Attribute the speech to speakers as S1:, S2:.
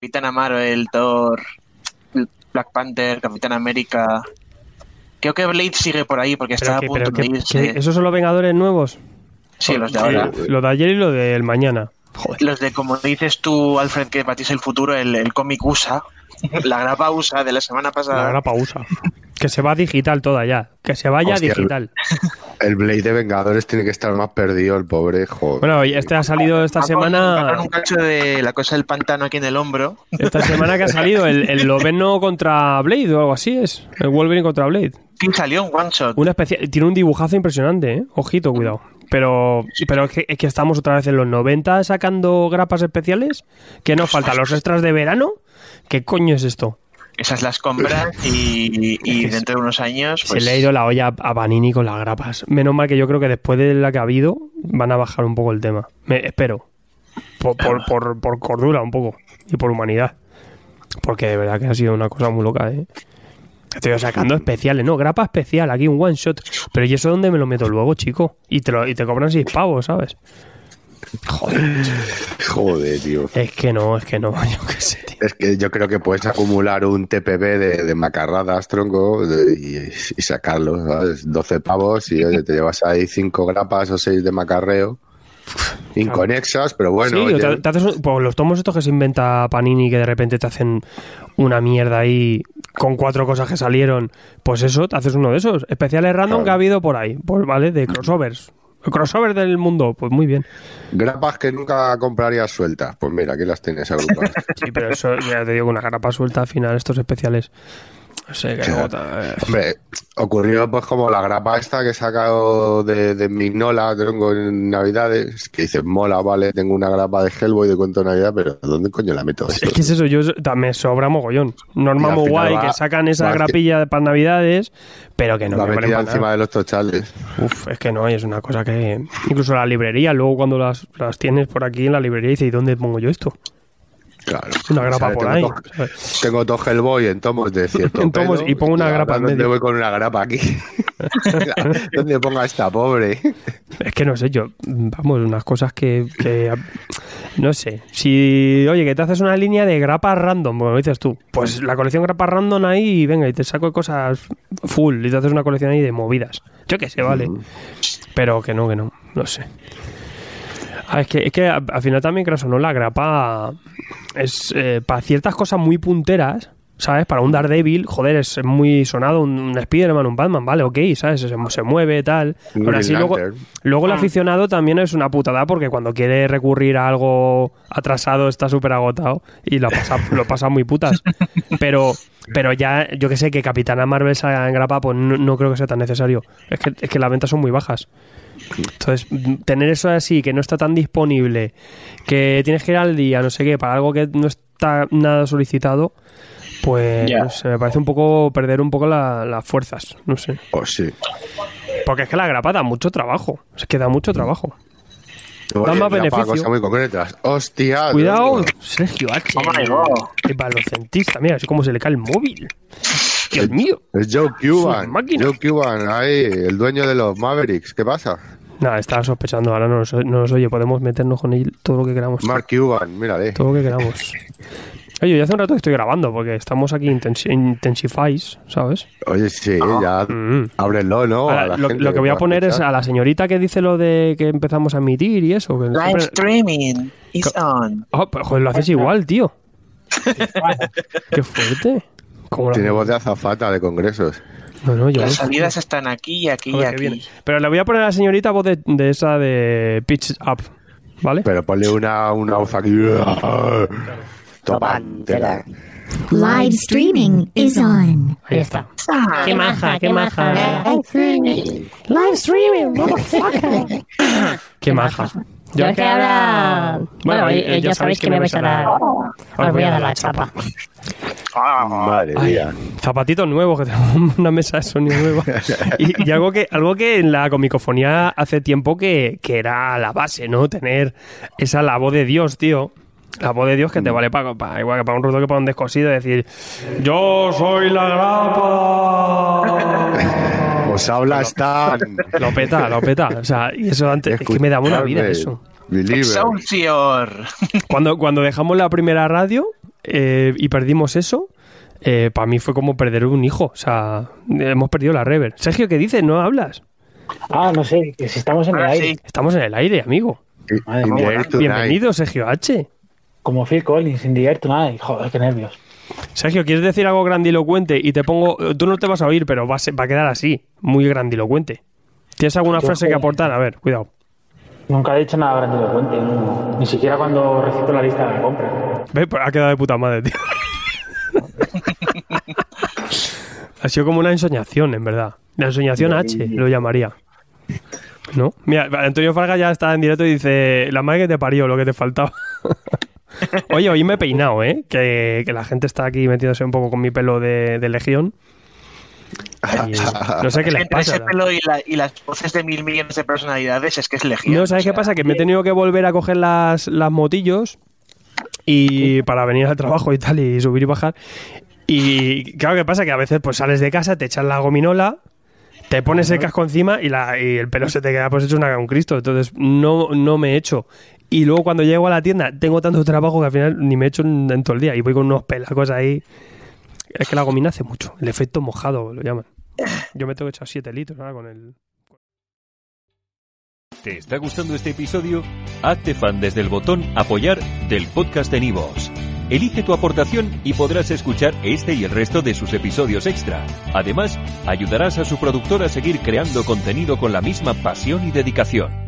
S1: Capitana Marvel, Thor, Black Panther, Capitán América. Creo que Blade sigue por ahí porque está
S2: Pero
S1: a
S2: que-
S1: punto
S2: pero que-
S1: de irse.
S2: que- ¿Esos son los Vengadores nuevos?
S1: Sí, los de ahora.
S2: Eh, Lo de ayer y lo del mañana.
S1: Los de, como dices tú, Alfred, que batís el futuro, el, el cómic USA, la grapa USA de la semana
S2: La
S1: pasada.
S2: gran pausa. Que se va digital toda ya. Que se vaya
S3: Hostia,
S2: digital.
S3: El Blade de Vengadores tiene que estar más perdido, el pobre. Joder.
S2: Bueno, y este ha salido esta
S1: Me sacaron
S2: semana.
S1: un cacho de la cosa del pantano aquí en el hombro.
S2: Esta semana que ha salido el, el Loveno contra Blade o algo así es. El Wolverine contra Blade.
S1: Sí, salió un one shot.
S2: Una especie, tiene un dibujazo impresionante, ¿eh? Ojito, cuidado. Pero, pero es, que, es que estamos otra vez en los 90 sacando grapas especiales. Que
S1: Pues
S2: nos faltan los extras de verano. ¿Qué coño es esto?
S1: Esas las compras y, y- y dentro de unos años. Pues,
S2: Se le ha ido la olla a Panini con las grapas. Menos mal que yo creo que después de la que ha habido van a bajar un poco el tema. Me espero. Por, por, por, por cordura un poco. Y por humanidad. Porque de verdad que ha sido una cosa muy loca, ¿eh? Estoy sacando especiales, no, grapa especial, aquí un one shot. Pero ¿y eso dónde me lo meto luego, chico? Y te, lo, y te cobran seis pavos, ¿sabes? Joder.
S3: Joder, tío.
S2: Es que no, es que no, yo qué sé, tío.
S3: Es que yo creo que puedes acumular un TPB de, de macarradas, tronco, de- y, y sacarlo, ¿sabes? 12 pavos y oye, te llevas ahí 5 grapas o 6 de macarreo. Inconexas, pero bueno.
S2: sí, o
S3: oye,
S2: te, te haces un- pues los tomos estos que se inventa Panini que de repente te hacen una mierda ahí con cuatro cosas que salieron. Pues eso, te haces uno de esos. Especiales random
S3: Claro.
S2: que ha habido por ahí. Pues vale, de crossovers. Crossover del mundo, pues muy bien.
S3: Grapas que nunca comprarías sueltas. Pues mira, aquí las tienes agrupadas.
S2: Sí, pero eso ya te digo, una grapa suelta al final, estos especiales. No sé, que luego ta- eh.
S3: Hombre, ocurrió pues como la grapa esta que he sacado de, de Mignola, tronco, en Navidades, que dices, mola, vale, tengo una grapa de Hellboy de cuento de Navidad, pero ¿dónde coño la meto? esto?
S2: Es que es eso, yo da- me sobra mogollón. Norma
S3: Y al
S2: muy
S3: final
S2: guay,
S3: va-
S2: que sacan esa
S3: va-
S2: grapilla para navidades, pero que no
S3: la
S2: me
S3: metida
S2: valen para
S3: encima de los tochales.
S2: Uf, es que no, es una cosa que... Incluso la librería, luego cuando las, las tienes por aquí en la librería, dices, ¿y dónde pongo yo esto?
S3: Claro.
S2: Una
S3: O
S2: grapa
S3: sea,
S2: por
S3: tengo
S2: ahí.
S3: dos-
S2: ¿sabes?
S3: Tengo dos Hellboy en tomos de cierto
S2: En tomos
S3: pelo,
S2: y pongo una
S3: ahora
S2: grapa en
S3: ¿dónde
S2: medio.
S3: voy con una grapa aquí? ¿Dónde pongo a esta pobre?
S2: Es que no sé, yo... Vamos, unas cosas que... que- no sé. Si, oye, que te haces una línea de grapas random, como dices tú, pues la colección grapas random ahí, y venga, y te saco cosas full, y te haces una colección ahí de movidas. Yo qué sé, vale. Pero que no, que no, no sé. Ah, es que, es que a- al final también, claro, sonó la grapa es eh, para ciertas cosas muy punteras, ¿sabes? Para un Daredevil, joder, es muy sonado un, un Spider-Man, un Batman, vale, ok, ¿sabes? Se, se mueve, tal.
S3: Un
S2: Pero así
S3: Green
S2: luego,
S3: Lantern.
S2: luego el aficionado también es una putada porque cuando quiere recurrir a algo atrasado está súper agotado y lo pasa, lo pasa muy putas. Pero... Pero ya, yo que sé, que Capitana Marvel salga en grapa, pues no, no creo que sea tan necesario. Es que, es que las ventas son muy bajas. Entonces, mm, tener eso así, que no está tan disponible, que tienes que ir al día, no sé qué, para algo que no está nada solicitado, pues
S1: Ya.
S2: no sé, me parece un poco perder un poco la- las fuerzas, no sé.
S3: Pues sí.
S2: Porque es que la grapa da mucho trabajo, es que da mucho trabajo.
S3: Oye,
S2: más
S3: ya para
S2: beneficio.
S3: cosas muy concretas. Hostia.
S2: Cuidado,
S3: tronco.
S2: Sergio H.
S1: Oh my God.
S2: El baloncentista, mira, así como se le cae el móvil. Dios mío.
S3: Es Joe
S2: Su
S3: Cuban.
S2: máquina.
S3: Joe Cuban, ahí, el dueño de los Mavericks. ¿Qué pasa?
S2: Nada, estaba sospechando, ahora no nos, no nos oye, podemos meternos con él todo lo que queramos.
S3: Mark Cuban, mírale.
S2: Todo lo que queramos. Oye, yo hace un rato que estoy grabando porque estamos aquí intensi intensifies, ¿sabes?
S3: Oye, sí, ya.
S2: Mm.
S3: Ábrelo, ¿no? A
S2: Ahora,
S3: la
S2: lo,
S3: gente
S2: lo que voy a
S3: pueda
S2: poner es
S3: escuchar.
S2: a la señorita que dice lo de que empezamos a emitir y eso. que
S1: Live
S2: siempre-
S1: streaming is on.
S2: Ah, pero, joder, lo haces igual, tío. Qué fuerte. ¿Cómo lo
S3: Tiene
S2: haces?
S3: voz de azafata de congresos.
S2: No, no, yo.
S1: Las salidas están aquí y aquí y
S2: Pues, Joder, qué bien.
S1: aquí.
S2: Pero le voy a poner a la señorita voz de, de esa de Pitch Up, ¿vale?
S3: Pero ponle una, una voz aquí. Topantera.
S4: Live streaming is on.
S2: Ahí está.
S5: Qué maja, qué maja.
S2: Live streaming, Qué maja.
S5: Yo es que ahora... Bueno, eh, ya sabéis que me vais a dar... Os voy a dar la chapa.
S3: Madre
S2: Ay,
S3: mía.
S2: zapatitos nuevos, que tenemos una mesa de sonido nueva. Y, y algo que algo que en la comicofonía hace tiempo que, que era la base, ¿no? Tener esa la voz de Dios, tío. La voz de Dios que te vale para, igual que para un rudo que para un descosido, decir yo soy la grapa.
S3: Os habla Stan.
S2: Lo peta, lo peta. O sea, y eso antes es que me daba una vida eso.
S3: Believer.
S1: Excelsior.
S2: Cuando, cuando dejamos la primera radio, eh, y perdimos eso, eh, para mí fue como perder un hijo. O sea, hemos perdido la rever. Sergio, ¿qué dices? No hablas.
S6: Ah, no sé, que si estamos en el
S1: Ahora Ah, sí.
S6: aire.
S2: Estamos en el aire, amigo.
S6: Madre
S3: In the
S6: mía.
S3: air tonight.
S2: Bienvenido, Sergio H.
S6: Como Phil Collins, in the air tonight. Joder, qué nervios.
S2: Sergio, ¿quieres decir algo grandilocuente? Y te pongo. Tú no te vas a oír, pero va a, ser- va a quedar así. Muy grandilocuente. ¿Tienes alguna
S6: Yo
S2: frase que
S6: creo-
S2: aportar? A ver, cuidado.
S6: Nunca he dicho nada grandilocuente, no. ni siquiera cuando recito la lista de la compra.
S2: Ve, pues ha quedado de puta madre, tío. ha sido como una ensoñación, en verdad. La ensoñación H, lo llamaría. ¿No? Mira, Antonio Farga ya está en directo y dice: La madre que te parió, lo que te faltaba. Oye, hoy me he peinado, ¿eh? Que, que la gente está aquí metiéndose un poco con mi pelo de, de legión. Y no sé qué les
S1: Entre
S2: pasa.
S1: ese pelo y, la- y las voces de mil millones de personalidades es que es legión.
S2: No,
S1: o
S2: ¿sabes
S1: sea,
S2: qué pasa? Que me he tenido que volver a coger las, las motillos y para venir al trabajo y tal, y subir y bajar. Y claro que pasa que a veces pues sales de casa, te echas la gominola, te pones el casco encima y, la, y el pelo se te queda pues hecho una, un cristo. Entonces no, no me echo. Y luego cuando llego a la tienda tengo tanto trabajo que al final ni me echo en, en todo el día y voy con unos pelacos ahí. Es que la gomina hace mucho. El efecto mojado lo llaman. Yo me tengo que echar 7 litros ahora con el...
S7: ¿Te está gustando este episodio? Hazte fan desde el botón Apoyar del podcast de Nivos. Elige tu aportación y podrás escuchar este y el resto de sus episodios extra. Además, ayudarás a su productor a seguir creando contenido con la misma pasión y dedicación.